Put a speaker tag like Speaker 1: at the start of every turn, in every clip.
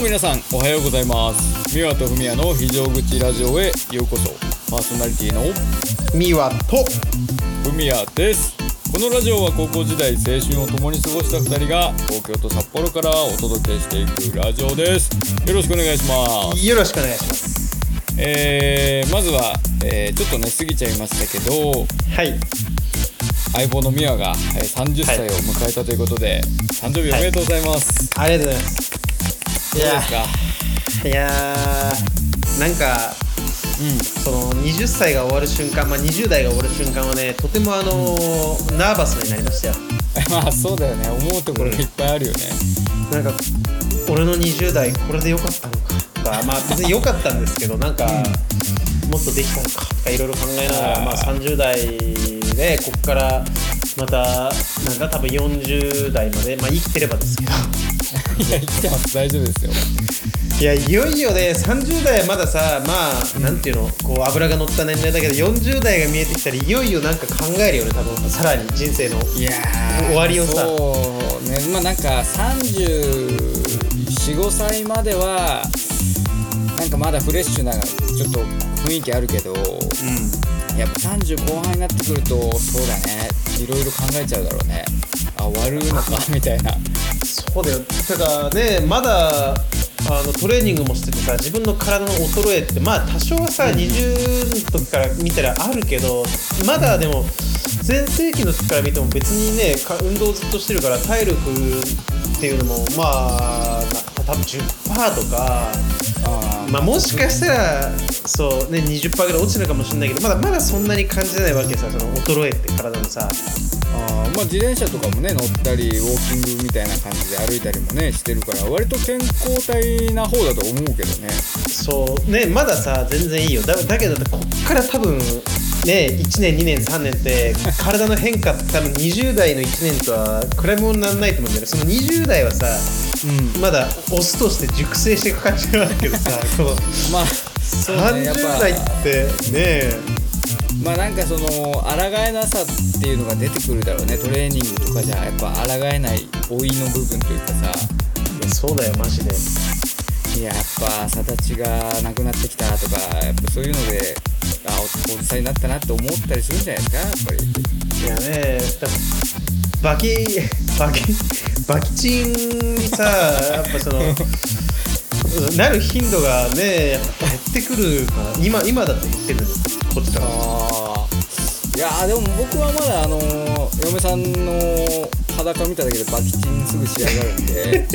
Speaker 1: 皆さんおはようございます三輪と文也の非常口ラジオへようこそパーソナリティの
Speaker 2: ミワと
Speaker 1: 文也ですこのラジオは高校時代青春を共に過ごした2人が東京と札幌からお届けしていくラジオですよろしくお願いします
Speaker 2: よろしくお願いします
Speaker 1: えー、まずは、えー、ちょっとね過ぎちゃいましたけど
Speaker 2: はい
Speaker 1: 相棒の美和がえー30歳を迎えたということで、誕生日おめでとうございます、
Speaker 2: ありがとうございますい
Speaker 1: どう
Speaker 2: や
Speaker 1: ですか
Speaker 2: いやーなんかその20歳が終わる瞬間、まあ、20代が終わる瞬間はねとてもあのーナーバスになりましたよ
Speaker 1: うんまあそうだよね思うところがいっぱいあるよね、
Speaker 2: なんか俺の20代これで良かったのかとかまあ別に良かったんですけどなんか、もっとできたのかとかいろいろ考えなが
Speaker 1: あー
Speaker 2: らまあ30代でここからまたなんだ多分40代までまあ生きてればですけど
Speaker 1: いや生きてます大丈夫ですよ
Speaker 2: いやいよいよね30代はまださまあなんていうのこう脂が乗った年齢だけど40代が見えてきたらいよいよなんか考えるよね多分さらに人生の
Speaker 1: いや
Speaker 2: 終わりをさ
Speaker 1: そうねまあなんか345歳まではなんかまだフレッシュなちょっと雰囲気あるけどやっぱ30後半になってくるとそうだねいろいろ考えちゃうだろうねあ終わるのかみたい な
Speaker 2: そうだよだからねまだあのトレーニングもしててさ自分の体の衰えってまあ多少はさ、20の時から見たらあるけどまだでも全盛期の時から見ても別にねか運動ずっとしてるから体力っていうのもまあな多分10%とか。
Speaker 1: あ
Speaker 2: まあ、もしかしたらそう、ね、20%ぐらい落ちてるかもしれないけどまだまだそんなに感じてないわけさその衰えって体のさ
Speaker 1: あーまあ自転車とかもね乗ったりウォーキングみたいな感じで歩いたりもねしてるから割と健康体な方だと思うけどね
Speaker 2: そうねまださ全然いいよだだけどこっから多分ね1年2年3年って体の変化って多分20代の1年とは比べ物にならないと思うんだよねその20代はさ
Speaker 1: うん
Speaker 2: まだオスとして熟成していく感じなんだけどさこの
Speaker 1: まあそうねや
Speaker 2: 30
Speaker 1: っぱ
Speaker 2: 代ってね
Speaker 1: まあなんかその抗えなさっていうのが出てくるだろうねトレーニングとかじゃやっぱ抗えない老いの部分というかさ
Speaker 2: いやそうだよマジで
Speaker 1: いややっぱ朝立ちがなくなってきたとかやっぱそういうのであおおじさんになったなって思ったりするんじゃないですかやっぱり
Speaker 2: いやねだバキ バキバキチンにさやっぱその なる頻度がねやっぱ減ってくるから今今だって減ってるのよこっちから
Speaker 1: ああいやーでも僕はまだあのー嫁さんの裸見ただけでバキチンすぐ仕上がるん で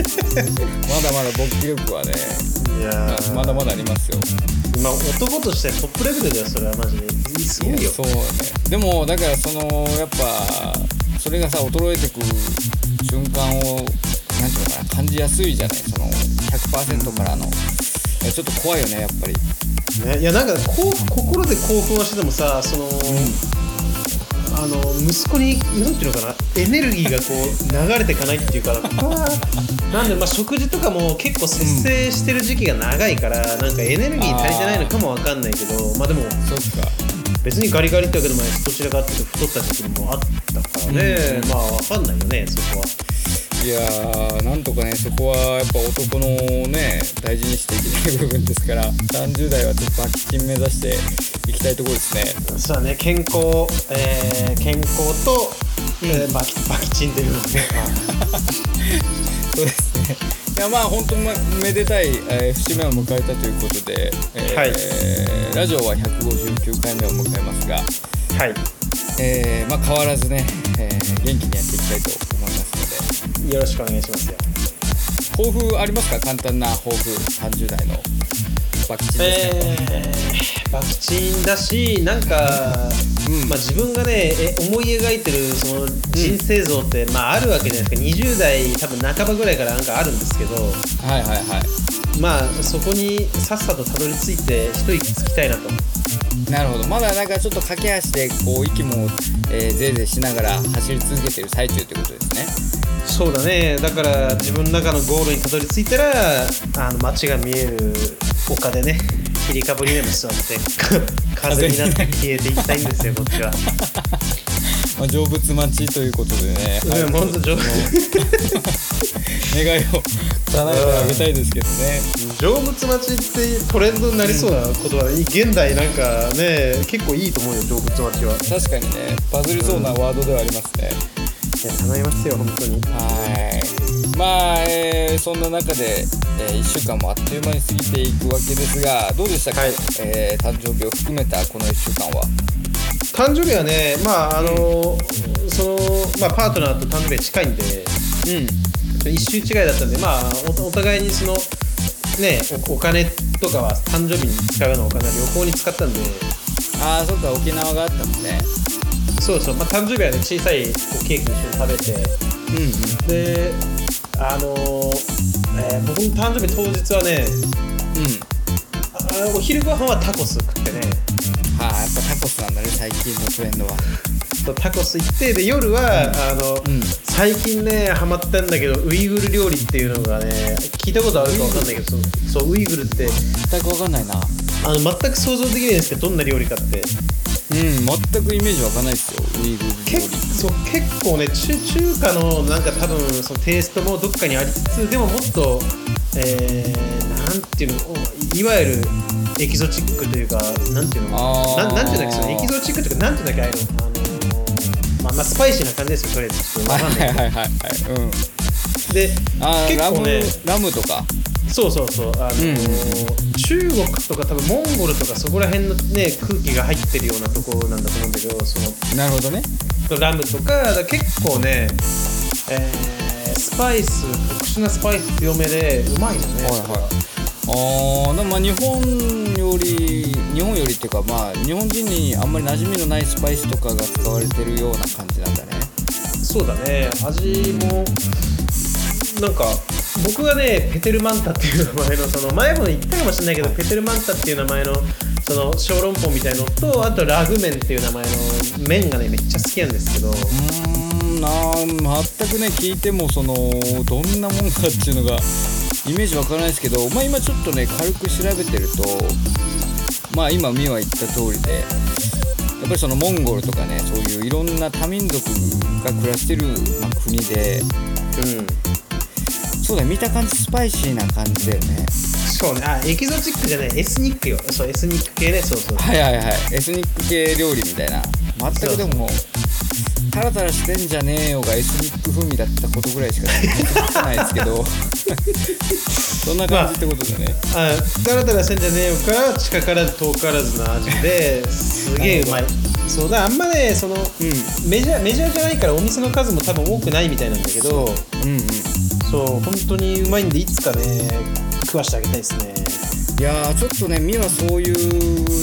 Speaker 1: まだまだ勃起力はね
Speaker 2: いやー
Speaker 1: まだまだありますよ
Speaker 2: 今男としてトップレベルだよそれはマジですごい
Speaker 1: いや
Speaker 2: よ
Speaker 1: そうだねでもだからそのやっぱそれがさ衰えてく瞬間をなんていうのかな感じやすいじゃないその100%からの、えちょっと怖いよねやっぱり
Speaker 2: ね、いやなんかこう心で興奮はしててもさその、あの息子になんていうのかなエネルギーがこう流れていかないっていうかここはなんで、まあ、食事とかも結構節制してる時期が長いから、なんかエネルギー足りてないのかもわかんないけどまあでも
Speaker 1: そっか
Speaker 2: 別にガリガリってわけでもないしどちらかっていうと太った時期もあったからね、
Speaker 1: うん
Speaker 2: まあわかんないよねそこは。
Speaker 1: いやーなんとかねそこはやっぱ男のね大事にしていきたい部分ですから30代はちょっとバキチン目指していきたいところですね
Speaker 2: そうだね健康、えー健康と、えーバキバキチンということで。
Speaker 1: そうですね。いやまあ本当まめでたい、えー節目を迎えたということで、えー
Speaker 2: はい
Speaker 1: ラジオは159回目を迎えますが、
Speaker 2: はい
Speaker 1: えーまあ変わらずね、えー元気にやっていきたいと思いますので、
Speaker 2: よろしくお願いしますよ。
Speaker 1: 抱負ありますか？簡単な抱負30代のバキチンですね。
Speaker 2: えー、バキチンだしなんか、
Speaker 1: うん
Speaker 2: まあ、自分がねえ思い描いてるその人生像って、まあ、あるわけじゃないですか20代多分半ばぐらいからなんかあるんですけど
Speaker 1: はいはいはい。
Speaker 2: まあそこにさっさとたどり着いて一息つきたいなと
Speaker 1: なるほど。まだなんかちょっと駆け足でこう息も、えー、ぜいぜいしながら走り続けてる最中ということですね。
Speaker 2: そうだねだから自分の中のゴールにたどり着いたらあの街が見える丘でね切り 株にでも座って風になって消えていきたいんですよこっちは
Speaker 1: まあ、成仏待ちということでね、
Speaker 2: うん
Speaker 1: はい
Speaker 2: 本当成
Speaker 1: 願いを叶えてあげたいですけどね、
Speaker 2: 成仏待ちってトレンドになりそうな言葉で現代なんかね結構いいと思うよ成仏待ちは
Speaker 1: 確かにねバズりそうなワードではありますね、
Speaker 2: いや頼みますよ本当に
Speaker 1: はいまあ、えーそんな中で、え1週間もあっという間に過ぎていくわけですがどうでしたか、
Speaker 2: はい
Speaker 1: えー誕生日を含めたこの1週間は
Speaker 2: 誕生日はねまああのそのまあパートナーと誕生日が近いんで
Speaker 1: うん
Speaker 2: 一周違いだったんでまあおお互いにそのねおお金とかは誕生日に使うのお金は旅行に使ったんで
Speaker 1: ああそっか沖縄があったもんね
Speaker 2: そうそう、まあ、誕生日はね小さいこうケーキと一緒に食べて
Speaker 1: うんうん
Speaker 2: であのえー僕の誕生日当日はね
Speaker 1: うん
Speaker 2: あお昼ご飯はタコス食ってね
Speaker 1: はあやっぱタコスなんだね最近のトレンドは
Speaker 2: そうタコス行ってで夜は、あの
Speaker 1: うん
Speaker 2: 最近ねハマったんだけどウイグル料理っていうのがね聞いたことあるかわかんないけどそのそうウイグルって
Speaker 1: 全く分かんないなう
Speaker 2: あの全く想像できないんですけどどんな料理かって
Speaker 1: ん全くイメージわかんないですよウイグル料
Speaker 2: 結そう結構ね中中華のなんか多分そのテイストもどっかにありつつでももっと、えー、なんていうのおいわゆるエキゾチックというかなんていうの
Speaker 1: あー
Speaker 2: ななんていうんだっけそのエキゾチックというかなんていうんだっけあの、あのーまあ、まあスパイシーな感じですよとりあえずちょっ
Speaker 1: 理
Speaker 2: と
Speaker 1: はい
Speaker 2: わかん
Speaker 1: は
Speaker 2: ないい
Speaker 1: はいはいはいうん
Speaker 2: で
Speaker 1: あー
Speaker 2: 結
Speaker 1: ラ
Speaker 2: 構
Speaker 1: ム
Speaker 2: ね
Speaker 1: ラムとか
Speaker 2: そうそうそうあのー中国とか多分モンゴルとかそこら辺のね空気が入ってるようなところなんだと思うんだけどその
Speaker 1: なるほどね
Speaker 2: ラムとかだから結構ね、えースパイス特殊なスパイス強めでうまいよね、
Speaker 1: はいはい。ああ、でもまあ日本より日本よりっていうかまあ日本人にあんまり馴染みのないスパイスとかが使われてるような感じなんだね。
Speaker 2: そうだね味もなんか僕がねペテルマンタっていう名前のその前も言ったかもしれないけどペテルマンタっていう名前のその小籠包みたいのとあとラグ麺っていう名前の麺がねめっちゃ好きなんですけど
Speaker 1: うーん、あー全くね聞いてもそのどんなもんかっていうのがイメージわからないですけど、まあ今ちょっとね軽く調べてると、まあ今ミワ言った通りで。やっぱりそのモンゴルとかねそういういろんな多民族が暮らしてる、まあ、国で
Speaker 2: うん
Speaker 1: そうだね見た感じスパイシーな感じだよね
Speaker 2: そうねあエキゾチックじゃないエスニックよそうエスニック系ねそうそう
Speaker 1: はいはいはいエスニック系料理みたいな全くでもタラタラしてんじゃねえよがエスニック風味だったことぐらいしか聞いてないですけどそんな感じってことでね、
Speaker 2: あダラダラせんじゃねえよから近からず遠からずな味ですげえうまいそうだあんまねその、メジャーメジャーじゃないからお店の数も多分多くないみたいなんだけど
Speaker 1: うんうん
Speaker 2: そう本当にうまいんでいつかね食わしてあげたいですね
Speaker 1: いやーちょっとねミはそういう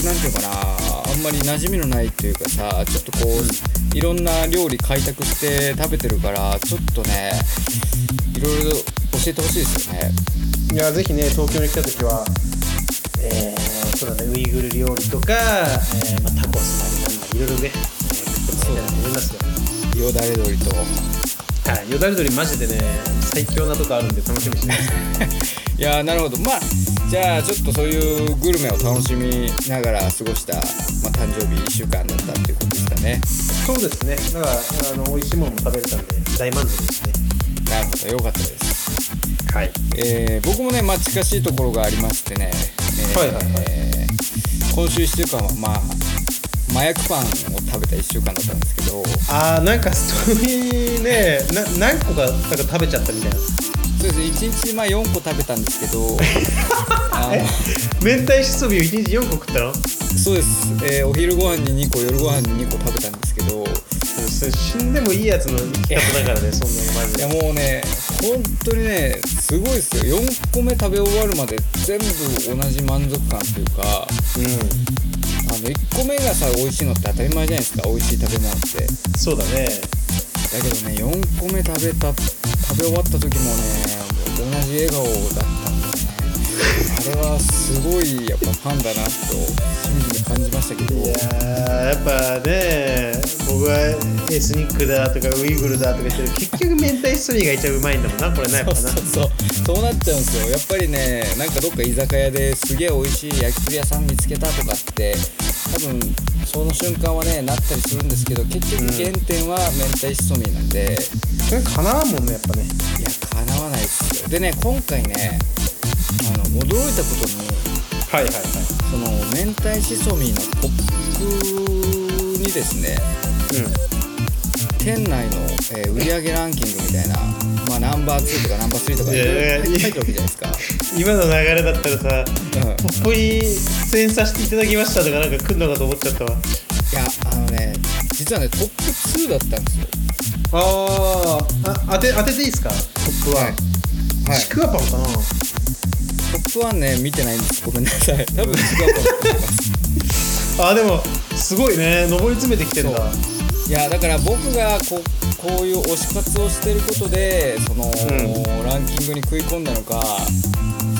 Speaker 1: なんていうのかなあんまり馴染みのないっていうかさちょっとこう、いろんな料理開拓して食べてるからちょっとねいろいろ教えてほしいですよね
Speaker 2: いやぜひね東京に来た時はえー、そうだねウイグル料理とか、えーまあ、タコスなりなんだいろいろね、えー、食ってもらいたいなと思いますよ
Speaker 1: よだれ鶏と
Speaker 2: はいよだれ鶏マジでね最強なとこあるんで楽しみにしてます
Speaker 1: いやーなるほどまあじゃあちょっとそういうグルメを楽しみながら過ごした、まあ、誕生日1週間だったっていうことですかね
Speaker 2: そうですね。だからあの美味しいものも食べれたんで大満足ですね。
Speaker 1: なるほどよかったです、
Speaker 2: はい。
Speaker 1: えー僕もね、まあ、近しいところがありましてね、えー
Speaker 2: はいはいはい
Speaker 1: えー今週1週間はまあ麻薬パンを食べた1週間だったんですけど
Speaker 2: ああなんかストーリーね、 な何個かなんか食べちゃったみたいな。
Speaker 1: そうです1日まあ4個食べたんですけ どあの
Speaker 2: 明太しそびを一日四個食ったの？
Speaker 1: そうです、えーお昼ご飯に2個夜ご飯に2個食べたんですけど
Speaker 2: それ死んでもいいやつの生き方だから ね、そんなのマジ
Speaker 1: い
Speaker 2: で
Speaker 1: や。もうね本当にねすごいですよ4個目食べ終わるまで全部同じ満足感っていうか
Speaker 2: うん。
Speaker 1: あの1個目がさ美味しいのって当たり前じゃないですか美味しい食べ物って
Speaker 2: そうだね。
Speaker 1: だけどね4個目食べた食べ終わった時もね同じ笑顔だったんでねあれはすごいやっぱパンだなとしみじみ感じましたけど
Speaker 2: いやーやっぱね、僕はエスニックだとかウイグルだとか言ってる結局明太しそびが一番うまいんだもんな、これなやっぱな。
Speaker 1: そうそうそうなっちゃうんですよやっぱりねなんかどっか居酒屋ですげえ美味しい焼き鳥屋さん見つけたとかって多分その瞬間はねなったりするんですけど結局原点は明太子ソミーなんで、
Speaker 2: それかなわんもんねやっぱね
Speaker 1: いやかなわないですよでね今回ねあの驚いたことに
Speaker 2: はいはいはい
Speaker 1: その明太子ソミーのポップにですね店内の、えー売上ランキングみたいな、まあ、ナンバー2とかナンバー3とかいろいろ入ってるわけじゃないですか、
Speaker 2: うん今の流れだったらさ
Speaker 1: うん、
Speaker 2: ここに出演させていただきましたとかなんか来んのかと思っちゃったわ
Speaker 1: いやあのね実はねトップ2だったんですよ
Speaker 2: ああ当て当てていいですかトップは、
Speaker 1: はいはい
Speaker 2: ちくわパンかな
Speaker 1: トップ1ね見てないんですごめんなさい多分違うかもしれない
Speaker 2: あーでもすごいね上り詰めてきてんだ
Speaker 1: そう いやだから僕がここういう推し活をしてることでその、
Speaker 2: う
Speaker 1: ランキングに食い込んだのか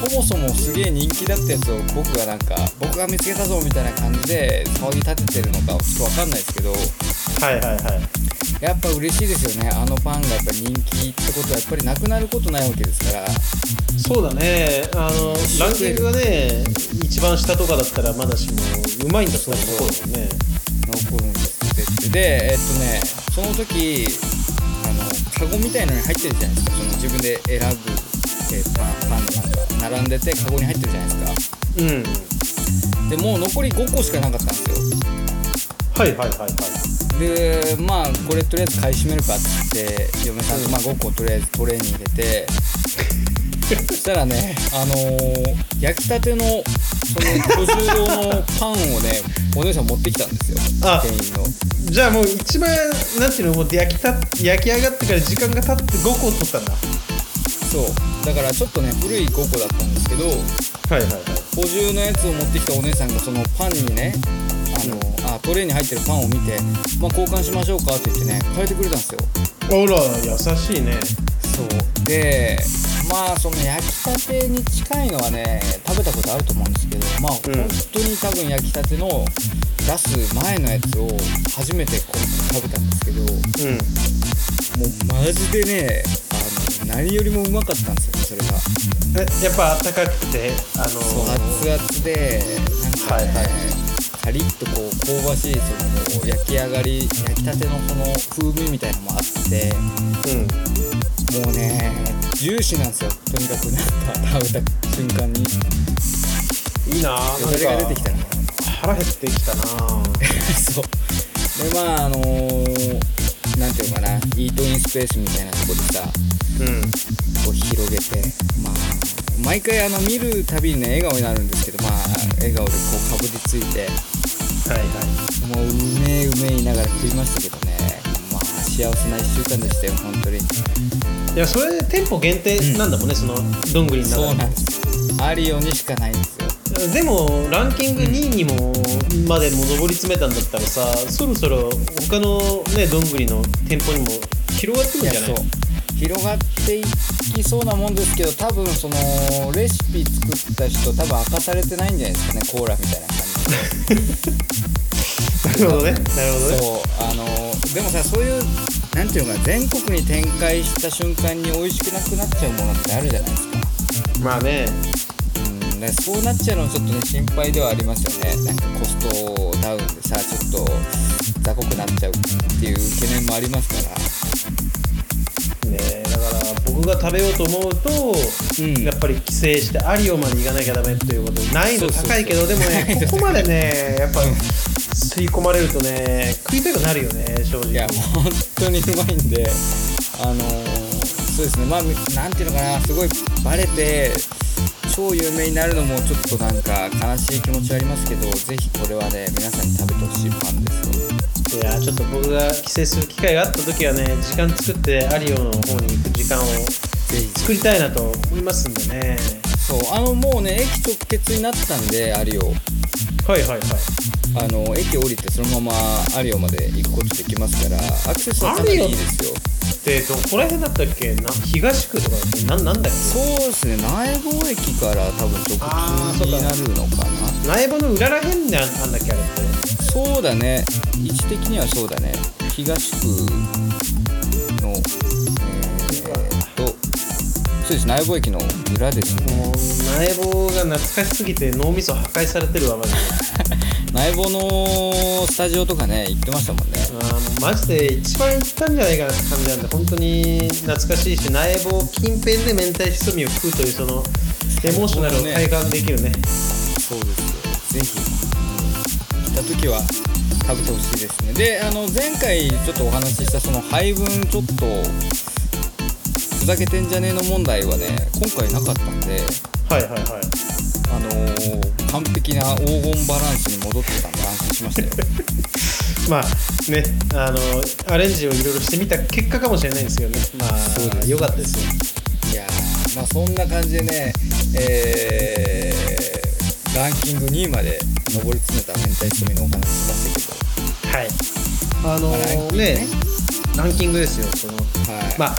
Speaker 1: そもそもすげえ人気だったやつを僕がなんか僕が見つけたぞみたいな感じで騒ぎ立ててるのかちょっと分かんないですけど
Speaker 2: はいはいはい
Speaker 1: やっぱ嬉しいですよねあのパンがやっぱ人気ってことはやっぱりなくなることないわけですから
Speaker 2: そうだねあのランキングがね一番下とかだったらまだしもうまいんだったら
Speaker 1: そう
Speaker 2: そ
Speaker 1: そう
Speaker 2: うだもんね
Speaker 1: 残るんですってでえっとねその時あのカゴみたいのに入ってるじゃないですかその自分で選ぶ、えーパンパンがなんか並んでてカゴに入ってるじゃないですか
Speaker 2: うん
Speaker 1: でもう残り5個しかなかったんですよ
Speaker 2: はいはいはいはい
Speaker 1: でまあこれとりあえず買い占めるかっつって嫁さんと、まあ、5個とりあえずトレーに入れてそしたらねあのー焼きたてのその50度のパンをねお姉さん持ってきたんですよ
Speaker 2: あ
Speaker 1: 店員の。
Speaker 2: じゃあもう一番なんていうのもう焼きた焼き上がってから時間が経って5個取ったんだ
Speaker 1: そうだからちょっとね古い5個だったんですけど
Speaker 2: はいはいはい
Speaker 1: 補充のやつを持ってきたお姉さんがそのパンにねあの、あトレーに入ってるパンを見て、まあ、交換しましょうかって言ってね変えてくれたんですよ
Speaker 2: あら優しいね
Speaker 1: そうでまあその焼きたてに近いのはね食べたことあると思うんですけどまあ、
Speaker 2: うん
Speaker 1: 本当に多分焼きたての出す前のやつを初めてこう食べたんですけどもう
Speaker 2: うん
Speaker 1: マジでねあの何よりもうまかったんですよねそれが。
Speaker 2: えやっぱ暖かくてあの
Speaker 1: そう熱々でなんか、
Speaker 2: はいはい
Speaker 1: カリッとこう香ばしいその焼き上がり焼きたてのその風味みたいなのもあって
Speaker 2: うん
Speaker 1: もうねジューシーなんですよとにかくなんか食べた瞬間に
Speaker 2: いいな
Speaker 1: よだれが出てきた
Speaker 2: な
Speaker 1: の
Speaker 2: んか腹減ってきたな
Speaker 1: そうでまああのーなんていうのかなイートインスペースみたいなとこでさ
Speaker 2: うん
Speaker 1: こう広げてまあ毎回あの見るたびにね笑顔になるんですけどまあ笑顔でこうかぶりついて
Speaker 2: はいはい
Speaker 1: もううめえうめえ言いながら食いましたけどねまあ幸せな1週間でしたよ本当に
Speaker 2: いやそれ店舗限定なんだもんね、そのどんぐりの中で
Speaker 1: そうなんですあるようにしかないんですよ
Speaker 2: でもランキング2位にもまでも上り詰めたんだったらさそろそろ他のねどんぐりの店舗にも広がってく
Speaker 1: い
Speaker 2: ん
Speaker 1: や
Speaker 2: じゃない
Speaker 1: そう広がっていきそうなもんですけど多分そのレシピ作った人多分明かされてないんじゃないですかねコーラみたいな感じで
Speaker 2: なるほどねなるほどね
Speaker 1: そうあのでもさそういうなんていうのかな全国に展開した瞬間に美味しくなくなっちゃうものってあるじゃないですか
Speaker 2: まあね
Speaker 1: うんね、そうなっちゃうのちょっとね心配ではありますよねなんかコストダウンでさちょっと雑魚くなっちゃうっていう懸念もありますから
Speaker 2: ねだから僕が食べようと思うと、
Speaker 1: うん
Speaker 2: やっぱり帰省してアリオまで行かなきゃダメということで難易度高いけど
Speaker 1: そうそうそう
Speaker 2: でもねここまでねやっぱ吸い込まれるとね食いたくなるよね正直
Speaker 1: いや本当にうまいんであのーそうですねまあみなんていうのかなすごいバレて超有名になるのもちょっとなんか悲しい気持ちはありますけどぜひこれはね皆さんに食べてほしいパンですよ
Speaker 2: いやーちょっと僕が帰省する機会があった時はね時間作ってアリオの方に行く時間を
Speaker 1: ぜひ
Speaker 2: 作りたいなと思いますんでね
Speaker 1: そうあのもうね駅直結になったんでアリオ
Speaker 2: はいはいはい
Speaker 1: あの駅降りてそのままアリオまで行くことできますからアクセスはかなりいいですよ
Speaker 2: でどこら辺だったっけな東区とかななんだっけ
Speaker 1: そうですね内房駅から多分直通になるのかな
Speaker 2: 苗場の裏ら辺にあなんだっけあれって
Speaker 1: そうだね位置的にはそうだね東区のえー、とそうです内房駅の裏ですね
Speaker 2: もう苗場が懐かしすぎて脳みそ破壊されてるわマジで
Speaker 1: 内房のスタジオとかね行ってましたもんね
Speaker 2: あーもうマジで一番行ったんじゃないかなって感じなんで本当に懐かしいし内房近辺で明太しそみを食うというそのエモーショナルを体感できるね
Speaker 1: そうですぜひ来た時は食べてほしいですねであの前回ちょっとお話ししたその配分ちょっとふざけてんじゃねえの問題はね今回なかったんで
Speaker 2: はいはいはい
Speaker 1: あのー完璧な黄金バランスに戻ってたんで安心しましたよ
Speaker 2: まあねあのアレンジをいろいろしてみた結果かもしれないんですけどねま
Speaker 1: そうで
Speaker 2: あ
Speaker 1: す
Speaker 2: 良かったですよ
Speaker 1: いやーまあそんな感じでねえーランキング2位まで上り詰めた明太子めのお話しさせてけ
Speaker 2: はいあのーねランキングですよその
Speaker 1: どはい、
Speaker 2: まあ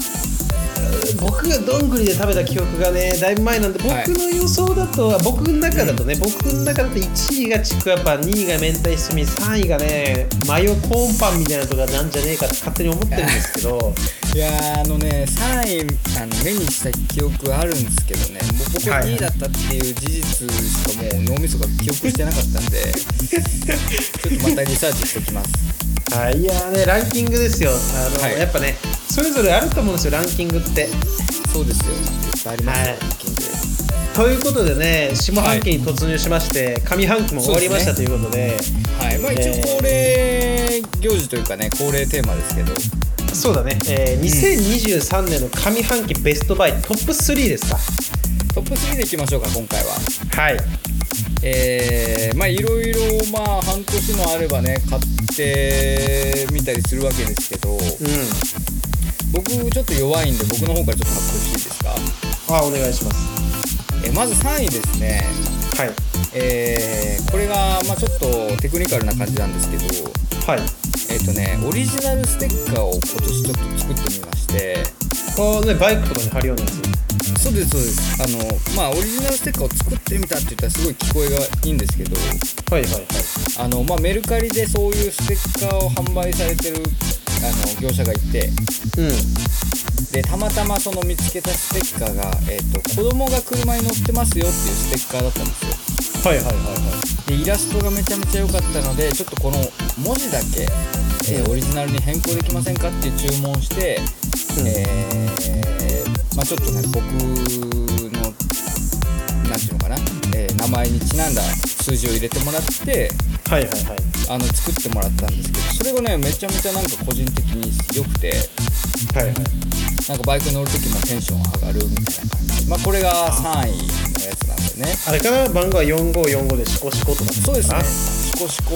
Speaker 2: 僕がどんぐりで食べた記憶がねだいぶ前なんで僕
Speaker 1: はい
Speaker 2: の予想だと、僕の中だとね、僕の中だと1位がちくわパン2位が明太子み3位がねマヨコーンパンみたいなとかなんじゃねえかって勝手に思ってるんですけど
Speaker 1: いやーあのね3位あの目にした記憶はあるんですけどねもう僕は
Speaker 2: はい
Speaker 1: 2位だったっていう事実しかもう脳みそが記憶してなかったんでちょっとまたリサーチしておきます
Speaker 2: はいいやーねランキングですよあの、
Speaker 1: はい
Speaker 2: やっぱねそれぞれあると思うんですよランキングって。
Speaker 1: そうですよいっぱいありますよ、
Speaker 2: はい
Speaker 1: ランキング
Speaker 2: ということでね下半期に突入しまして、上半期も終わりました
Speaker 1: そ
Speaker 2: ということで
Speaker 1: はいまあ一応恒例行事というかね恒例テーマですけど
Speaker 2: そうだね、えー2023年の上半期ベストバイトップ3ですか
Speaker 1: トップ3でいきましょうか今回は
Speaker 2: はい
Speaker 1: えー、まあいろいろまあ半年もあればね買ってみたりするわけですけど
Speaker 2: うん
Speaker 1: 僕ちょっと弱いんで僕の方からちょっと発表していいですか
Speaker 2: あお願いします
Speaker 1: えーまず3位ですね、
Speaker 2: はい
Speaker 1: えーこれが、まあ、ちょっとテクニカルな感じなんですけど、
Speaker 2: はい
Speaker 1: えっとね、オリジナルステッカーを今年ちょっと作ってみまして
Speaker 2: こうねバイクとかに貼るようなやつ
Speaker 1: そうですそうですあのまあオリジナルステッカーを作ってみたって言ったらすごい聞こえがいいんですけど
Speaker 2: はいはいはい
Speaker 1: あの、まあ、メルカリでそういうステッカーを販売されてるあの業者がいて
Speaker 2: うん
Speaker 1: でたまたまその見つけたステッカーが、えっと子供が車に乗ってますよっていうステッカーだったんですよ
Speaker 2: はいはいはいは
Speaker 1: でイラストがめちゃめちゃ良かったのでちょっとこの文字だけ、えーオリジナルに変更できませんかっていう注文をして、
Speaker 2: うん
Speaker 1: えーまあ、ちょっとね僕の何ていうのかな、えー名前にちなんだ数字を入れてもらって
Speaker 2: いはいはいはい
Speaker 1: あの作ってもらったんですけどそれがねめちゃめちゃなんか個人的に良くて
Speaker 2: はいはい
Speaker 1: なんかバイク乗る時もテンション上がるみたいな感じ、まあ、これが3位のやつなんでね
Speaker 2: あれかな番号は4545でシコシコとか
Speaker 1: そうですね。
Speaker 2: あ
Speaker 1: シコシコ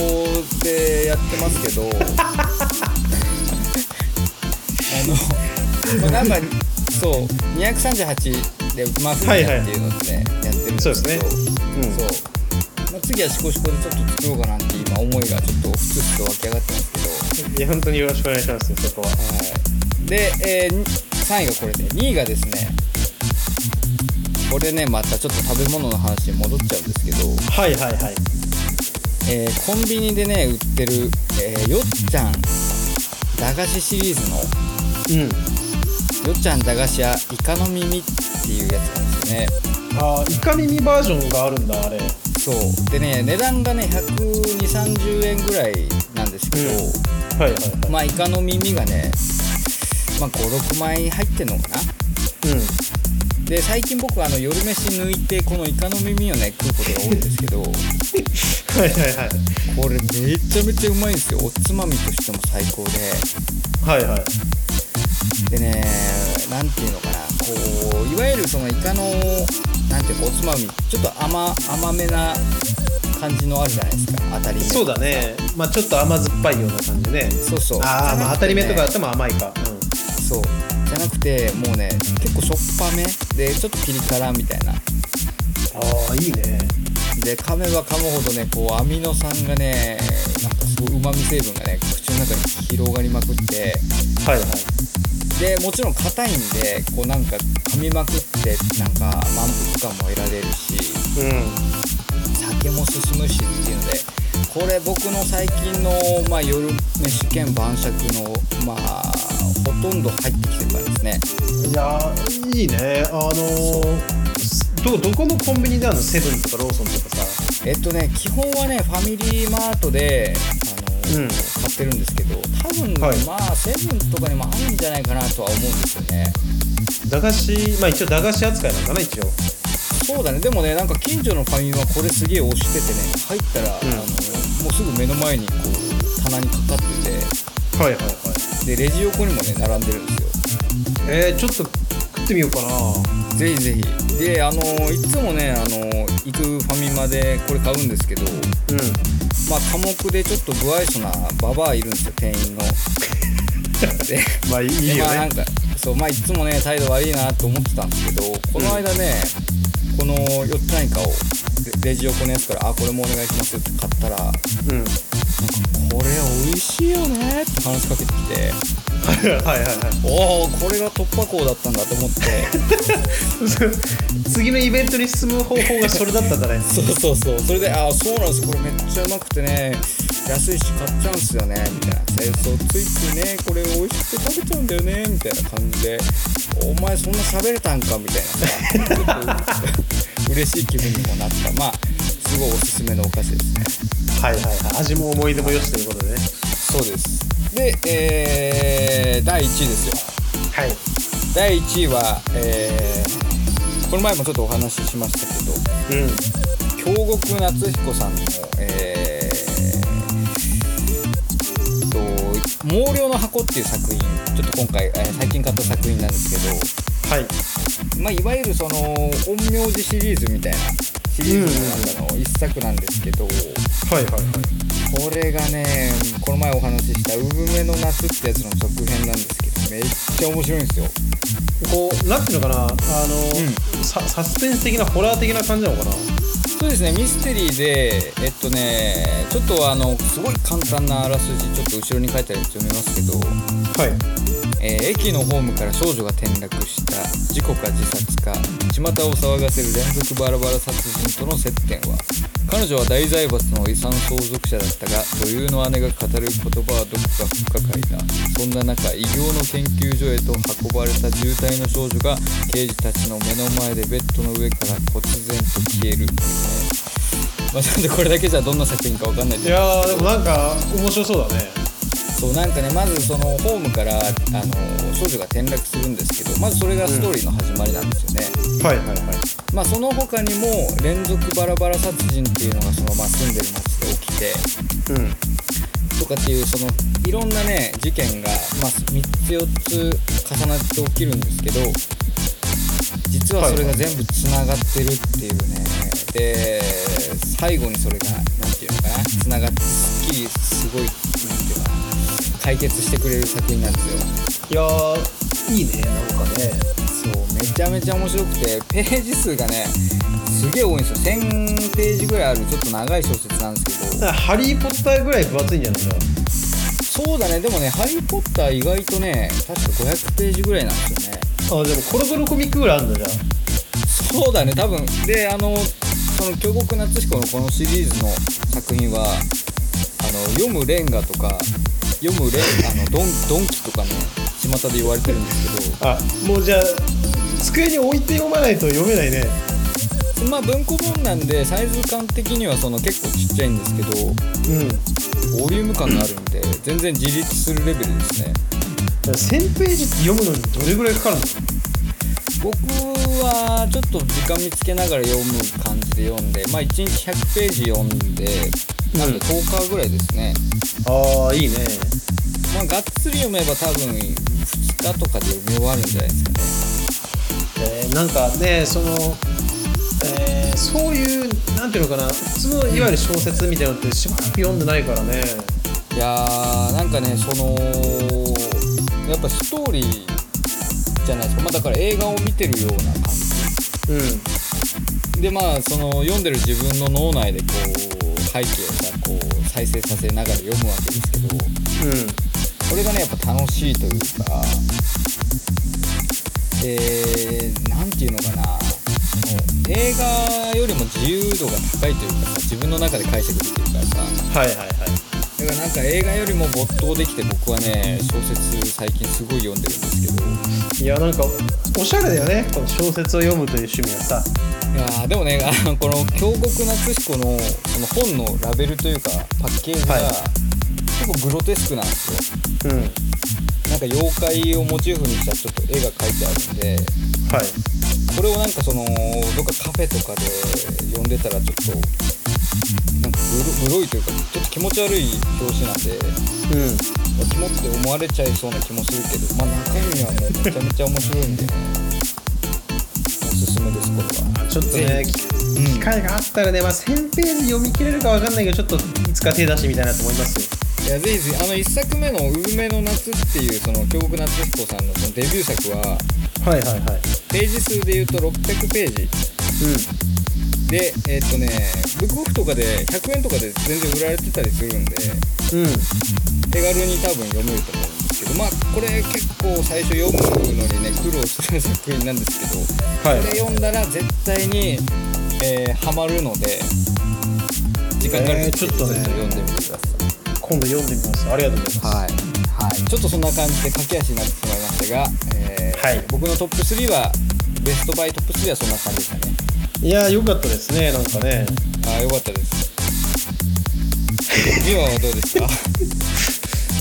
Speaker 1: でやってますけど、あの、 まあ、なんかそう238でまあフミヤっていうのでね、やってるんですけど、
Speaker 2: そうですねうん
Speaker 1: そう。まあ、次はシコシコでちょっと作ろうかなって今思いがちょっとふつふつと湧き上がってますけど、
Speaker 2: いや本当によろしくお願いしますよそこは
Speaker 1: はい。で、えー、3位がこれで、2位がですね。これねまたちょっと食べ物の話に戻っちゃうんですけど、
Speaker 2: はいはいはい
Speaker 1: えーコンビニでね売ってる、えーよっちゃん駄菓子シリーズの
Speaker 2: うん
Speaker 1: よっちゃん駄菓子屋イカの耳っていうやつなんですよね
Speaker 2: あーイカ耳バージョンがあるんだあれは
Speaker 1: そうでね値段がね12030円ぐらいなんですけど、
Speaker 2: いはいはい
Speaker 1: まあイカの耳がね、まあ、56枚入ってんのかな
Speaker 2: うん
Speaker 1: で最近僕はあの夜飯抜いてこのイカの耳をね食うことが多いんですけど
Speaker 2: はいはいはい
Speaker 1: これめちゃめちゃうまいんですよおつまみとしても最高で
Speaker 2: はいはい
Speaker 1: でねなんていうのかなこういわゆるそのイカのなんていうかおつまみちょっと甘甘めな感じのあるじゃないですか当たり目
Speaker 2: そうだねまあちょっと甘酸っぱいような感じね
Speaker 1: そうそう
Speaker 2: ああまあ当たり目とかあっても甘いか、
Speaker 1: そうじゃなくてもうね結構しょっぱめでちょっとピリ辛みたいな
Speaker 2: ああいいね
Speaker 1: で噛めば噛むほどねこうアミノ酸がねなんかすごいうまみ成分がね口の中に広がりまくって
Speaker 2: はいはい
Speaker 1: でもちろん硬いんでこうなんか噛みまくってなんか満腹感も得られるし
Speaker 2: うん
Speaker 1: 酒も進むしっていうのでこれ僕の最近の、まあ、夜飯兼晩酌のまあほとんど入ってきてるからですね
Speaker 2: いやーいいねあのーどどこのコンビニであるのセブンとかローソンとかさ
Speaker 1: えっとね基本はねファミリーマートであの、
Speaker 2: うん
Speaker 1: 買ってるんですけど多分、
Speaker 2: はい
Speaker 1: まあセブンとかにもあるんじゃないかなとは思うんですよね
Speaker 2: 駄菓子まあ一応駄菓子扱いなのかな一応
Speaker 1: そうだねでもねなんか近所のファミマこれすげえ押しててね入ったら、
Speaker 2: ん
Speaker 1: あのもうすぐ目の前にこう棚にかかってて
Speaker 2: はいはいはい
Speaker 1: でレジ横にもね並んでるんです
Speaker 2: えー、ちょっと食ってみようかな
Speaker 1: よぜひぜひであのいつもねあの行くファミマでこれ買うんですけど
Speaker 2: うん
Speaker 1: まあ寡黙でちょっと不愛想なババアいるんですよ店 員ので
Speaker 2: まあいい
Speaker 1: で
Speaker 2: よ
Speaker 1: まあな
Speaker 2: ね
Speaker 1: んかそうまあいつもね態度悪いなと思ってたんですけどこの間ね、この4つ何かをレレジ横のやつから「あこれもお願いします」って買ったら
Speaker 2: うん
Speaker 1: これ美味しいよねって話しかけてきて
Speaker 2: はいはいはいはい
Speaker 1: おおこれが突破口だったんだと思って
Speaker 2: 次のイベントに進む方法がそれだったんだね
Speaker 1: そうそうそうそれで「ああそうなんですこれめっちゃうまくてね安いし買っちゃうんすよね」みたいな「えそうついついねこれ美味しくて食べちゃうんだよね」みたいな感じで「お前そんな喋れたんか」みたいなさ 嬉しい気分にもなったまあすごいおすすめのお菓子ですね
Speaker 2: はいはいはい味も思い出もよしということでね
Speaker 1: そうですでえー、第1位ですよ
Speaker 2: はい
Speaker 1: 第1位は、えーこの前もちょっとお話ししました
Speaker 2: うん
Speaker 1: けど京極夏彦さんの、えーと「毛量の箱」っていう作品ちょっと今回、えー最近買った作品なんですけ
Speaker 2: はい
Speaker 1: ど、まあ、いわゆるその陰陽師シリーズみたいなシリーズの中の一作なんですけど、
Speaker 2: はいはいはい
Speaker 1: これがねこの前お話しした「産めの夏」ってやつの続編なんですけどめっちゃ面白いんですよ。
Speaker 2: こうなんていうのかなあの、
Speaker 1: う
Speaker 2: さサスペンス的なホラー的な感じなのかな
Speaker 1: そうですねミステリーでえっとねちょっとあのすごい簡単なあらすじちょっと後ろに書いてあるやつ読みますけど、
Speaker 2: はい
Speaker 1: えー駅のホームから少女が転落した事故か自殺か巷を騒がせる連続バラバラ殺人との接点は彼女は大財閥の遺産相続者だったが女優の姉が語る言葉はどこか不可解だそんな中異形の研究所へと運ばれた重体の少女が刑事たちの目の前でベッドの上から忽然と消えるっていうねまあ、ちょっとこれだけじゃどんな作品かわかんない
Speaker 2: いやーでもなんか面白そうだね
Speaker 1: そうなんかねまずそのホームからあの少女が転落するんですけどまずそれがストーリーの始まりなんですよね、
Speaker 2: はいはいはい
Speaker 1: まあその他にも連続バラバラ殺人っていうのがその、まあ、住んでる町で起きて
Speaker 2: うん
Speaker 1: とかっていうそのいろんなね事件が、まあ、3つ4つ重なって起きるんですけど実はそれが全部つながってるっていうね、で最後にそれが何て言うのかなつながってすっきりすごい何て言うのかな解決してくれる作品なんですよ
Speaker 2: いやーいいねなんかね
Speaker 1: そうめちゃめちゃ面白くてページ数がねすげえ多いんですよ1000ページぐらいあるちょっと長い小説なんですけど
Speaker 2: ハリー・ポッターぐらい分厚いんじゃないか
Speaker 1: そうだねでもね「ハリー・ポッター」意外とね確か500ページぐらいなんですよね
Speaker 2: あでもコロコロコミックぐらいあるんだじゃ
Speaker 1: そうだね多分であのその京極夏彦のこのシリーズの作品はあの読むレンガとか読むレンあのドンドンキとかね巷で言われてるんですけど
Speaker 2: あもうじゃあ机に置いて読まないと読めないね
Speaker 1: まあ文庫本なんでサイズ感的にはその結構ちっちゃいんですけど
Speaker 2: うん
Speaker 1: ボリューム感があるんで全然自立するレベルですね
Speaker 2: 1000ページって読むのにどれぐらいかかるの
Speaker 1: 僕はちょっと時間見つけながら読む感じで読んでまあ1日100ページ読んでなんで10日ぐらいですね、
Speaker 2: ああいいね
Speaker 1: まあがっつり読めば多分2日とかで読み終わるんじゃないですかね
Speaker 2: えーなんかねその、えーそういうなんていうのかな普通のいわゆる小説みたいなのってしばらく読んでないからね
Speaker 1: いやーなんかねそのやっぱストーリーじゃないですかまあだから映画を見てるような感じ
Speaker 2: うん
Speaker 1: でまあその読んでる自分の脳内でこう背景をさこう再生させながら読むわけですけど
Speaker 2: うん
Speaker 1: これがねやっぱ楽しいというかで何て言うのかなその映画よりも自由度が高いというかさ自分の中で解釈できるからさ
Speaker 2: はいはいはい
Speaker 1: だですがなんか映画よりも没頭できて僕はね小説最近すごい読んでるんですけど
Speaker 2: いやなんかおしゃれだよねこの小説を読むという趣味はさ
Speaker 1: いやーでもね あのこの「京極なくしこの」その本のラベルというかパッケージが、
Speaker 2: はい
Speaker 1: 結構グロテスクなんですよ
Speaker 2: うんはい
Speaker 1: なんか妖怪をモチーフにしたちょっと絵が描いてあるんでこれをなんかそのどっかカフェとかで読んでたらちょっとなんかグログロいというかちょっと気持ち悪い表紙なんで
Speaker 2: うん
Speaker 1: キモって思われちゃいそうな気もするけどまあ中身はねめちゃめちゃ面白いんでねおすすめですこれは
Speaker 2: ちょっとね
Speaker 1: ぜひ
Speaker 2: き機会があったらね、まあ、1000ページ読み切れるかわかんないけどちょっといつか手出してみたいなと思いますよ
Speaker 1: いやぜひぜひあの1作目の「運命の夏」っていうその京極夏彦さんのそのデビュー作は
Speaker 2: はいはいはい
Speaker 1: ページ数でいうと600ページ
Speaker 2: う
Speaker 1: でえっとねブックオフとかで100円とかで全然売られてたりするんで
Speaker 2: んうん
Speaker 1: 手軽に多分読めると思うんですけどまあこれ結構最初読むのにね苦労する作品なんですけど
Speaker 2: はい
Speaker 1: これ読んだら絶対に、えーハマるので時間かかるんですけど
Speaker 2: えーちょっとね
Speaker 1: 読んでみてください
Speaker 2: 今度読んでみますありがとうございます
Speaker 1: はい、はい、ちょっとそんな感じで駆け足になってしまいましたが、えー
Speaker 2: はい
Speaker 1: 僕のトップ3はベストバイトップ3はそんな感じでしたね
Speaker 2: いやーよかったですねなんかね
Speaker 1: ああよかったです今はどうですか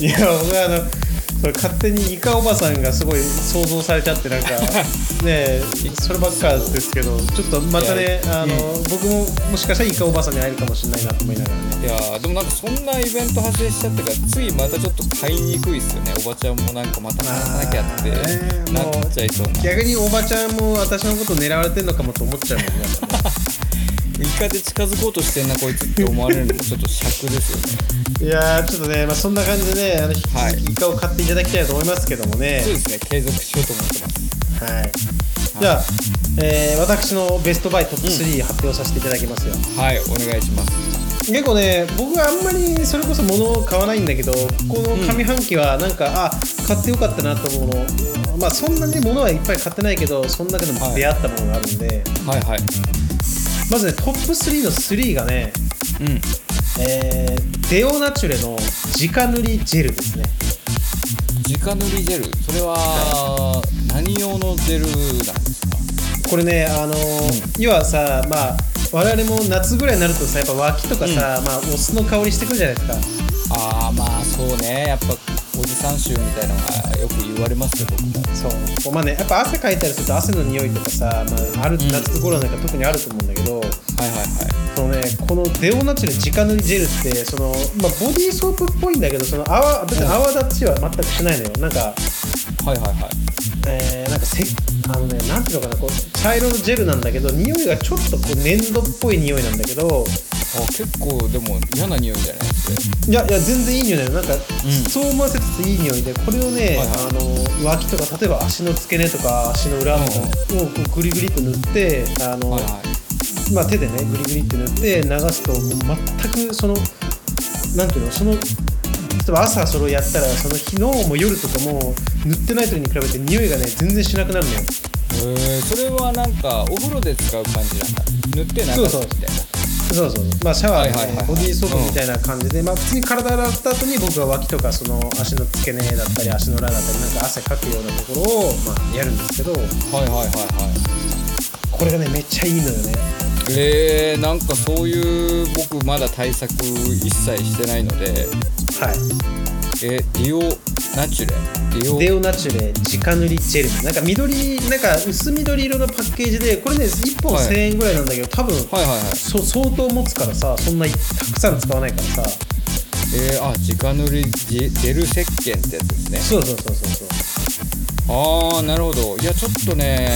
Speaker 2: いや僕はあのそれ勝手にイカおばさんがすごい想像されちゃって なんかねえそればっかですけどちょっとまた
Speaker 1: い
Speaker 2: ね
Speaker 1: や
Speaker 2: あの僕ももしかしたらイカおばさんに会えるかもしれないなと思いながらね
Speaker 1: いやーでもなんかそんなイベント発生しちゃったからついまたちょっと買いにくいっすよねおばちゃんもなんかまた話さなきゃって
Speaker 2: あーね
Speaker 1: な
Speaker 2: もう
Speaker 1: っちゃいそうな
Speaker 2: 逆におばちゃんも私のこと狙われてるのかもと思っちゃうもんねやっぱね
Speaker 1: イカで近づこうとしてんなこいつって思われるのもちょっと尺ですよね
Speaker 2: いやーちょっとね、まあ、そんな感じでねあの引き
Speaker 1: はい
Speaker 2: 続きイカを買っていただきたいなと思いますけどもね
Speaker 1: そうですね継続しようと思ってます
Speaker 2: はいじゃあ、えー私のベストバイトップ3発表させていただきますよ、
Speaker 1: はいお願いします
Speaker 2: 結構ね僕はあんまりそれこそ物を買わないんだけどこの上半期はなんか、あ買ってよかったなと思うのまあそんなに物はいっぱい買ってないけどその中でも
Speaker 1: はい
Speaker 2: 出会ったものがあるんで、
Speaker 1: はいはい
Speaker 2: まずねトップ3の3がね、
Speaker 1: うん
Speaker 2: えーデオナチュレの直塗りジェルですね
Speaker 1: 直塗りジェルそれは何用のジェルなんですか
Speaker 2: これねあのー要はさまあ我々も夏ぐらいになるとさやっぱ脇とかさ、まあお酢の香りしてくるじゃないですか
Speaker 1: ああまあそうねやっぱおじさん臭みたいなのがよく言われますよ僕も
Speaker 2: そうこうまあねやっぱ汗かいたりすると汗の匂いとかさ、まあ、ある
Speaker 1: ん
Speaker 2: 夏頃なんか特にあると思うんだけど、
Speaker 1: はいはいは
Speaker 2: そのね、このデオナチュレ直塗りジェルってその、まあ、ボディーソープっぽいんだけどその泡別に泡立ちは全くしないのよなんか,、
Speaker 1: いはいはいはい
Speaker 2: えーなんかせあのねなんていうのかなこう茶色のジェルなんだけど匂いがちょっとこう粘土っぽい匂いなんだけど
Speaker 1: あ結構でも嫌な匂いじゃないです
Speaker 2: いやいや全然いい匂いだよなんか、
Speaker 1: ん
Speaker 2: そう思わせつついい匂いでこれを
Speaker 1: は
Speaker 2: ね、
Speaker 1: いはい
Speaker 2: あの脇とか例えば足の付け根とか足の裏とかをこうグリグリっと塗ってあの、
Speaker 1: はいはい
Speaker 2: まあ、手でねグリグリって塗って流すともう全くそのなんていうのその例えば朝それをやったらその日のもう夜とかも塗ってない時に比べて匂いがね全然しなくなるのよ
Speaker 1: へえそれはなんかお風呂で使う感じなんだ塗ってなんかみ
Speaker 2: そうそう
Speaker 1: たいな
Speaker 2: そうそうまあシャワーで、ね
Speaker 1: はいはいはいはい
Speaker 2: ボディーソープみたいな感じで、まあ普通に体洗った後に僕は脇とかその足の付け根だったり足の裏だったりなんか汗かくようなところをまあやるんですけど
Speaker 1: はいはいはいはい
Speaker 2: これがねめっちゃいいのよね
Speaker 1: えー、なんかそういう僕まだ対策一切してないので
Speaker 2: はい
Speaker 1: えディオナチュレディオ
Speaker 2: デオナチュレ直塗りジェルなんか緑なんか薄緑色のパッケージでこれね1本
Speaker 1: はい
Speaker 2: 1000円ぐらいなんだけど多分
Speaker 1: はいはいはい
Speaker 2: そ相当持つからさそんなにたくさん使わないからさ
Speaker 1: えー、あ直塗りジェジェル石鹸ってやつですね
Speaker 2: そうそうそうそうそ
Speaker 1: ああなるほどいやちょっとね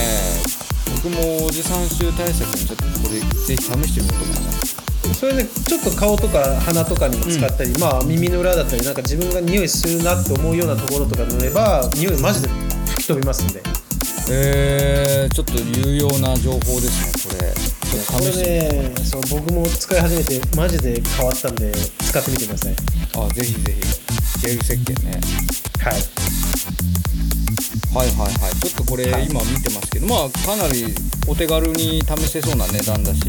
Speaker 1: 僕もおじさん臭対策にちょっとこれぜひ試してみようと思います
Speaker 2: うそれでちょっと顔とか鼻とかにも使ったり、まあ耳の裏だったりなんか自分が匂いするなって思うようなところとか塗れば匂いマジで吹き飛びますんで
Speaker 1: えー、ちょっと有用な情報ですねこれちょっ
Speaker 2: ことれ
Speaker 1: 試してみよ
Speaker 2: ねそう僕も使い始めてマジで変わったんで使ってみてくださいう
Speaker 1: あぜひぜひジェル石鹸ね
Speaker 2: はい
Speaker 1: はいはいはいちょっとこれ
Speaker 2: はい
Speaker 1: 今見てますけど、まあかなりお手軽に試せそうな値段だし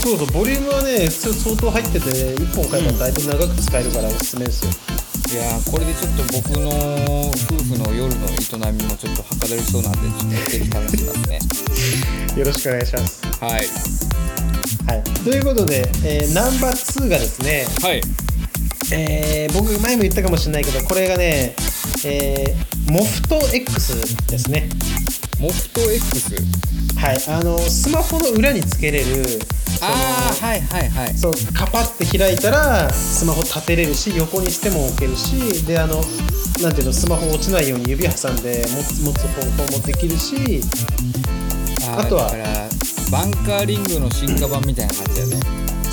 Speaker 2: そうそうボリュームはね普通相当入ってて1本買えばだいぶ長く使えるからおすすめですよ、
Speaker 1: いやーこれでちょっと僕の夫婦の夜の営みもちょっとはかどりそうなんでちょっとぜひ試してますね
Speaker 2: よろしくお願いします、
Speaker 1: はい
Speaker 2: はい、ということで、えーナンバー2がですね、
Speaker 1: はい
Speaker 2: えー僕前も言ったかもしれないけどこれがね、えー、モフト X ですね
Speaker 1: モフト X
Speaker 2: はいあのスマホの裏につけれるその
Speaker 1: ああはいはいはい
Speaker 2: そうカパッて開いたらスマホ立てれるし横にしても置けるしであのなんていうのスマホ落ちないように指挟んで持つ持つ方法もできるし
Speaker 1: あー
Speaker 2: あとは
Speaker 1: だからバンカーリングの進化版みたいな感じだよね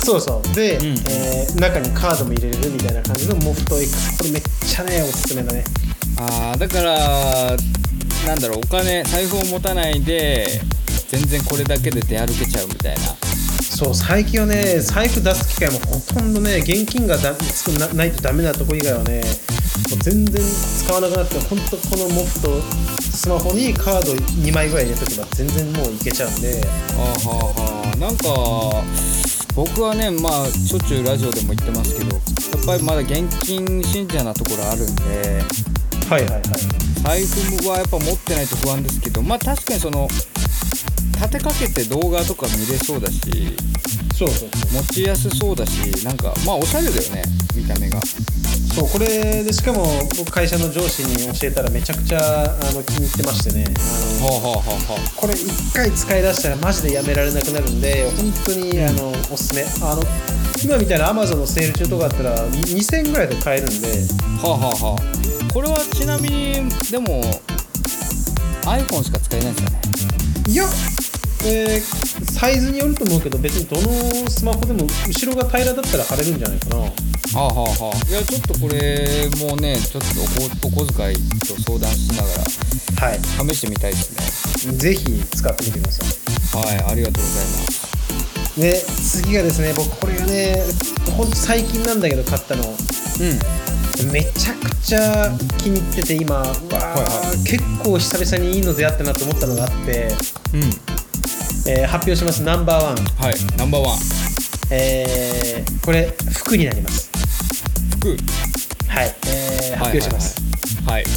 Speaker 2: そうそうで、
Speaker 1: うん
Speaker 2: えー中にカードも入れれるみたいな感じのモフト X これめっちゃねおすすめだね
Speaker 1: あーだからなんだろうお金財布を持たないで全然これだけで出歩けちゃうみたいな
Speaker 2: そう最近はね財布出す機会もほとんどね現金がだ少なないとダメなとこ以外はねもう全然使わなくなって本当このモフトスマホにカード2枚ぐらい入れとけば全然もういけちゃうんで
Speaker 1: あーはーはーなんか僕はねまあしょっちゅうラジオでも言ってますけどやっぱりまだ現金信者なところあるんで
Speaker 2: はいはいはい
Speaker 1: 財布はやっぱ持ってないと不安ですけどまあ確かにその立てかけて動画とか見れそうだし
Speaker 2: そうそう
Speaker 1: 持ちやすそうだしなんかまあおしゃれだよね見た目が
Speaker 2: そうそうこれでしかも僕会社の上司に教えたらめちゃくちゃあの気に入ってましてねあの
Speaker 1: はあはあはあは
Speaker 2: これ1回使い出したらマジでやめられなくなるんで本当にあのおすすめあの今みたいな Amazon のセール中とかあったら2000円ぐらいで買えるんで
Speaker 1: あはあはあはあこれはちなみにでも iPhone しか使えないんですよね
Speaker 2: いや、えーサイズによると思うけど別にどのスマホでも後ろが平らだったら貼れるんじゃないかな
Speaker 1: はあはあはあいやちょっとこれもねちょっとおこお小遣いと相談しながら
Speaker 2: はい
Speaker 1: 試してみたいですね
Speaker 2: ぜひ使ってみてください
Speaker 1: はいありがとうございます
Speaker 2: で次がですね僕これがねほんと最近なんだけど買ったの
Speaker 1: うん
Speaker 2: めちゃくちゃ気に入ってて今うわー、
Speaker 1: はいは
Speaker 2: 結構久々にいいの出会ったなと思ったのがあって、
Speaker 1: うん
Speaker 2: えー発表しますナンバーワン、
Speaker 1: はいナンバーワン
Speaker 2: えーこれ服になります
Speaker 1: 服
Speaker 2: はい、えー発表します、
Speaker 1: はいはい、はい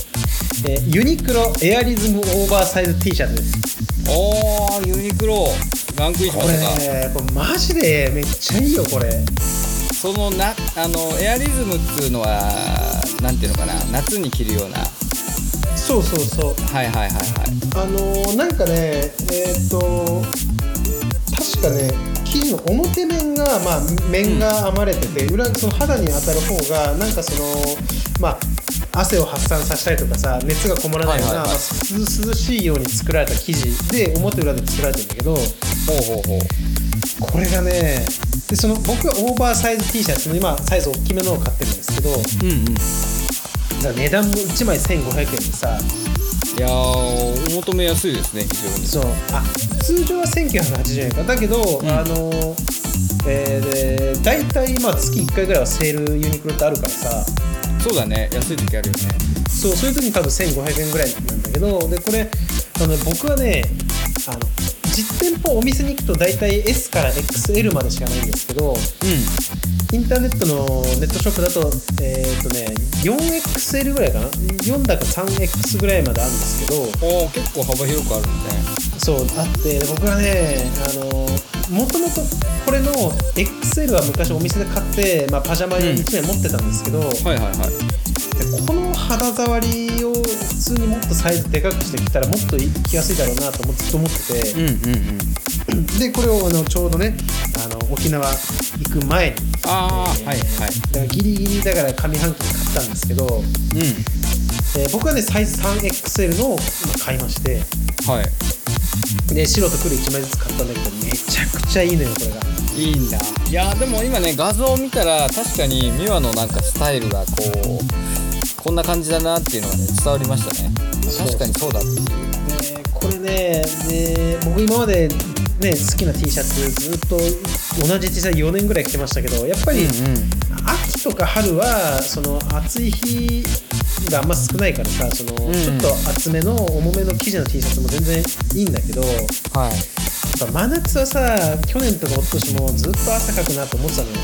Speaker 2: えーユニクロエアリズムオーバーサイズ T シャツです
Speaker 1: おーユニクロランクインしま
Speaker 2: これ
Speaker 1: したか
Speaker 2: ねこれマジでめっちゃいいよこれ
Speaker 1: そのなあのエアリズムっていうのはなんていうのかな夏に着るようなは
Speaker 2: そうそうそう
Speaker 1: いはいはいはい
Speaker 2: あのーなんかねえーっと確かね生地の表面が、まあ、面が編まれてて、裏その肌に当たる方がなんかそのまあ汗を発散させたりとかさ熱がこもらないような、
Speaker 1: はいはいはい
Speaker 2: まあす涼しいように作られた生地で表裏で作られてるんだけど
Speaker 1: ほうほうほう
Speaker 2: これがねでその僕はオーバーサイズ T シャツの今サイズ大きめのを買ってるんですけど
Speaker 1: うんうんい
Speaker 2: だから値段も1枚1500円でさ
Speaker 1: やーお求めやすいですね非常に
Speaker 2: そうあ通常は1980円かだけど、
Speaker 1: ん
Speaker 2: あのえー、で大体まあ月1回ぐらいはセールユニクロってあるからさ
Speaker 1: そうだね安い時あるよね
Speaker 2: そうそういう時に多分1500円ぐらいなんだけどでこれあの僕はねあの実店舗お店に行くと大体 S から XL までしかないんですけど
Speaker 1: う
Speaker 2: インターネットのネットショップだとえっ、とね 4XL ぐらいかな4だか 3X ぐらいまであるんですけど
Speaker 1: んおー結構幅広くあるんでね
Speaker 2: そうあって僕はねあのもともとこれの XL は昔お店で買って、まあ、パジャマに1枚持ってたんですけど、
Speaker 1: はいはいはい
Speaker 2: でこの肌触りを普通にもっとサイズでかくしてきたらもっと着やすいだろうなと思ってずっと思ってて、
Speaker 1: んうんうん
Speaker 2: でこれをあのちょうどねあの沖縄行く前に
Speaker 1: あ
Speaker 2: え
Speaker 1: ー
Speaker 2: ー
Speaker 1: はいはい
Speaker 2: だからギリギリだから上半期に買ったんですけど、
Speaker 1: うん
Speaker 2: えー僕はねサイズ 3XL のを買いまして
Speaker 1: は
Speaker 2: で白と黒1枚ずつ買ったんだけどめちゃくちゃいいのよこれが。
Speaker 1: いいいんだいやーでも今ね画像を見たら確かにミワのなんかスタイルがこうこんな感じだなっていうのがね伝わりましたね
Speaker 2: そう
Speaker 1: 確かにそうだっていう
Speaker 2: でこれねで僕今まで、ね、好きな T シャツずっと同じ T シャツ4年ぐらい着てましたけどやっぱり、
Speaker 1: うんうん
Speaker 2: あ秋とか春はその暑い日があんま少ないからさその、
Speaker 1: ん
Speaker 2: ちょっと厚めの重めの生地の T シャツも全然いいんだけどやっ
Speaker 1: はい
Speaker 2: ぱ真夏はさ去年とか一昨年もずっと汗かくなと思ってたのよ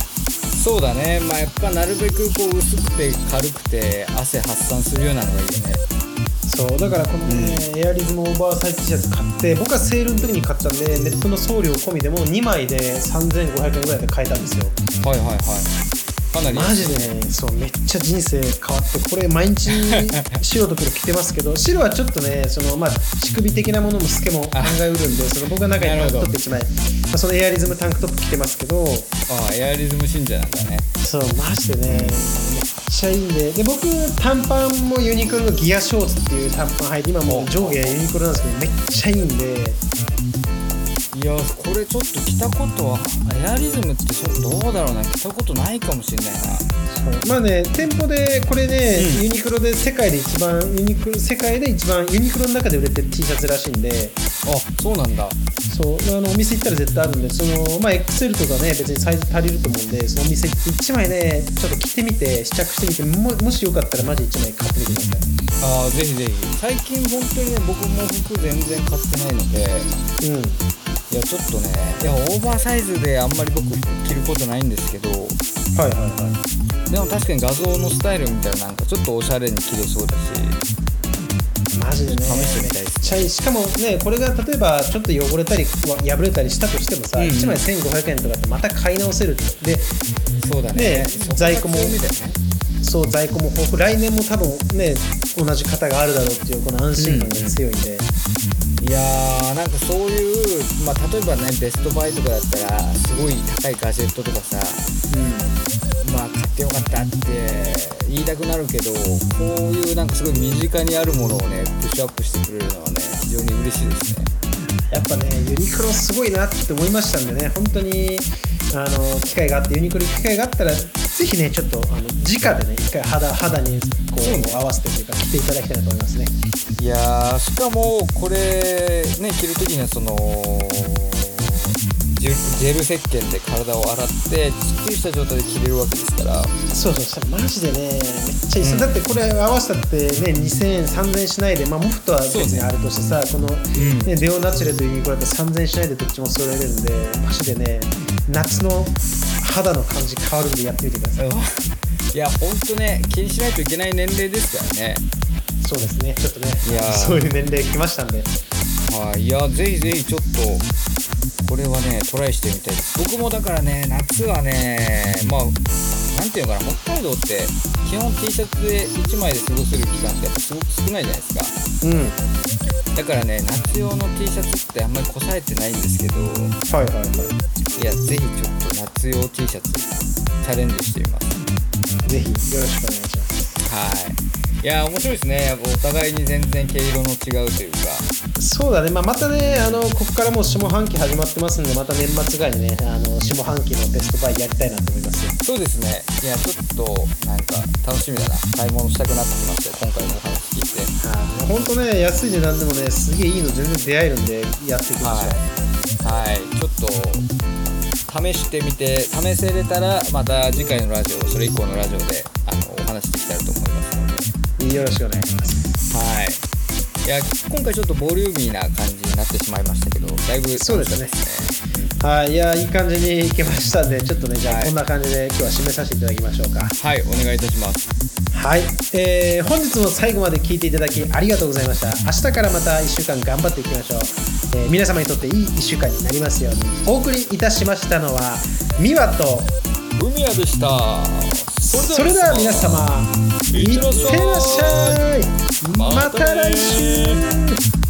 Speaker 1: そうだねまあやっぱなるべくこう薄くて軽くて汗発散するようなのがいいよね
Speaker 2: そうだからこのね、エアリズムオーバーサイズ T シャツ買って僕はセールの時に買ったんでネットの送料込みでも2枚で3500円ぐらいで買えたんですよ
Speaker 1: はいはいはいかなり
Speaker 2: マジでねそうめっちゃ人生変わってこれ毎日白と黒着てますけど白はちょっとねその、まあ、乳首的なものも透けも考
Speaker 1: あ
Speaker 2: えうるんでその僕が中に
Speaker 1: なるほ
Speaker 2: タンク
Speaker 1: ど
Speaker 2: トップ1枚、まあ、そのエアリズムタンクトップ着てますけど
Speaker 1: ああエアリズム信者なんだね
Speaker 2: そうマジでねめっちゃいいんでで僕短パンもユニクロのギアショーツっていう短パン履いて今もう上下ユニクロなんですけどめっちゃいいんで
Speaker 1: いやこれちょっと着たことはエアリズムってちょっとどうだろうな着たことないかもしれない
Speaker 2: そうまあね店舗でこれね、ユニクロで世界で一番ユニクロ世界で一番ユニクロの中で売れてる T シャツらしいんで
Speaker 1: なあそうなんだ
Speaker 2: そうあのお店行ったら絶対あるんでその、まあ、XL とかね別にサイズ足りると思うんでそのお店行って1枚ねちょっと着てみて試着してみてももしよかったらマジ1枚買ってみてくださ
Speaker 1: ああぜひぜひ最近本当にね僕も服全然買ってないので
Speaker 2: いうん
Speaker 1: いやちょっとねいやオーバーサイズであんまり僕着ることないんですけど
Speaker 2: はいはいはい
Speaker 1: でも確かに画像のスタイルみたいななんかちょっとおしゃれに着れそうだし
Speaker 2: マジでね
Speaker 1: 試してみたいです
Speaker 2: めっちゃいいしかもねこれが例えばちょっと汚れたりわ破れたりしたとしてもさ、
Speaker 1: うんうん
Speaker 2: 1枚1500円とかってまた買い直せるで
Speaker 1: そうだ
Speaker 2: ねえ
Speaker 1: そこが
Speaker 2: 在庫も
Speaker 1: 強みだよね
Speaker 2: そう在庫も豊富来年も多分ね同じ型があるだろうっていうこの安心感が強いんで、
Speaker 1: いやーなんかそういう、まあ、例えばねベストバイとかだったらすごい高いガジェットとかさまあ買ってよかったって言いたくなるけどこういうなんかすごい身近にあるものをねプッシュアップしてくれるのはね非常に嬉しいですね
Speaker 2: やっぱねユニクロすごいなって思いましたんでね本当にあの機会があってユニクロ行く機会があったらぜひねちょっとあの直でね一回肌肌にこ
Speaker 1: そうね
Speaker 2: う合わせてというか着ていただきたいなと思いますね
Speaker 1: いやーしかもこれね着る時にはそのジェジェル石鹸で体を洗ってすっきりした状態で着れるわけですから
Speaker 2: そうそうそうマジでねめっちゃいい、
Speaker 1: うん
Speaker 2: だってこれ合わせたってね2000円3000円しないでまあモフとは別
Speaker 1: そう
Speaker 2: に
Speaker 1: ね
Speaker 2: あれとしてさ、この、
Speaker 1: ん
Speaker 2: ねデオナチュレとユニクロだって3000円しないでどっちも揃えれるんでマジでね夏の肌の感じ変わるんでやってみてください、
Speaker 1: いやほんとね気にしないといけない年齢ですからね
Speaker 2: そうですねちょっとね
Speaker 1: いやー
Speaker 2: そういう年齢来ましたんで
Speaker 1: はい、いやぜひぜひちょっとこれはねトライしてみたいです僕もだからね夏はねまあなんていうのかな北海道って基本 T シャツで1枚で過ごせる期間ってやっぱすごく少ないじゃないですか
Speaker 2: うん
Speaker 1: だからね夏用の T シャツってあんまりこさえてないんですけどい
Speaker 2: はいはいは
Speaker 1: やぜひちょっと夏用 T シャツチャレンジしてみます
Speaker 2: いぜひよろしくお願いします
Speaker 1: はいいや面白いですねやっぱお互いに全然毛色の違うというか
Speaker 2: そうだね、まあ、またねあのここからもう下半期始まってますんでまた年末ぐらいにねあの下半期のベストバイやりたいなと思いますよ
Speaker 1: そうですね。いや、ちょっと、なんか、楽しみだな。買い物したくなってきましたよ。今回のお話聞いて。
Speaker 2: はい本当ね安い値段でもねすげえいいの全然出会えるんでやっていきましょう、
Speaker 1: はい。はい。ちょっと、試してみて、試せれたら、また次回のラジオ、それ以降のラジオで、あの、お話しできたらと思いますので。
Speaker 2: よろしくお願いします
Speaker 1: はい。いや、今回ちょっとボリューミーな感じになってしまいましたけど、だいぶ、
Speaker 2: そうですねはいいやいい感じにいけましたんでちょっとねじゃあ
Speaker 1: はい
Speaker 2: こんな感じで今日は締めさせていただきましょうか
Speaker 1: はい、お願いいたします。
Speaker 2: はい、えー本日も最後まで聞いていただきありがとうございました明日からまた1週間頑張っていきましょう、えー皆様にとっていい1週間になりますようにお送りいたしましたのはミワと
Speaker 1: 海谷でした。
Speaker 2: それでは皆様い
Speaker 1: い
Speaker 2: っ
Speaker 1: ってて
Speaker 2: ら
Speaker 1: ら
Speaker 2: っ
Speaker 1: っ
Speaker 2: し
Speaker 1: し
Speaker 2: ゃ
Speaker 1: ゃ
Speaker 2: いまた来週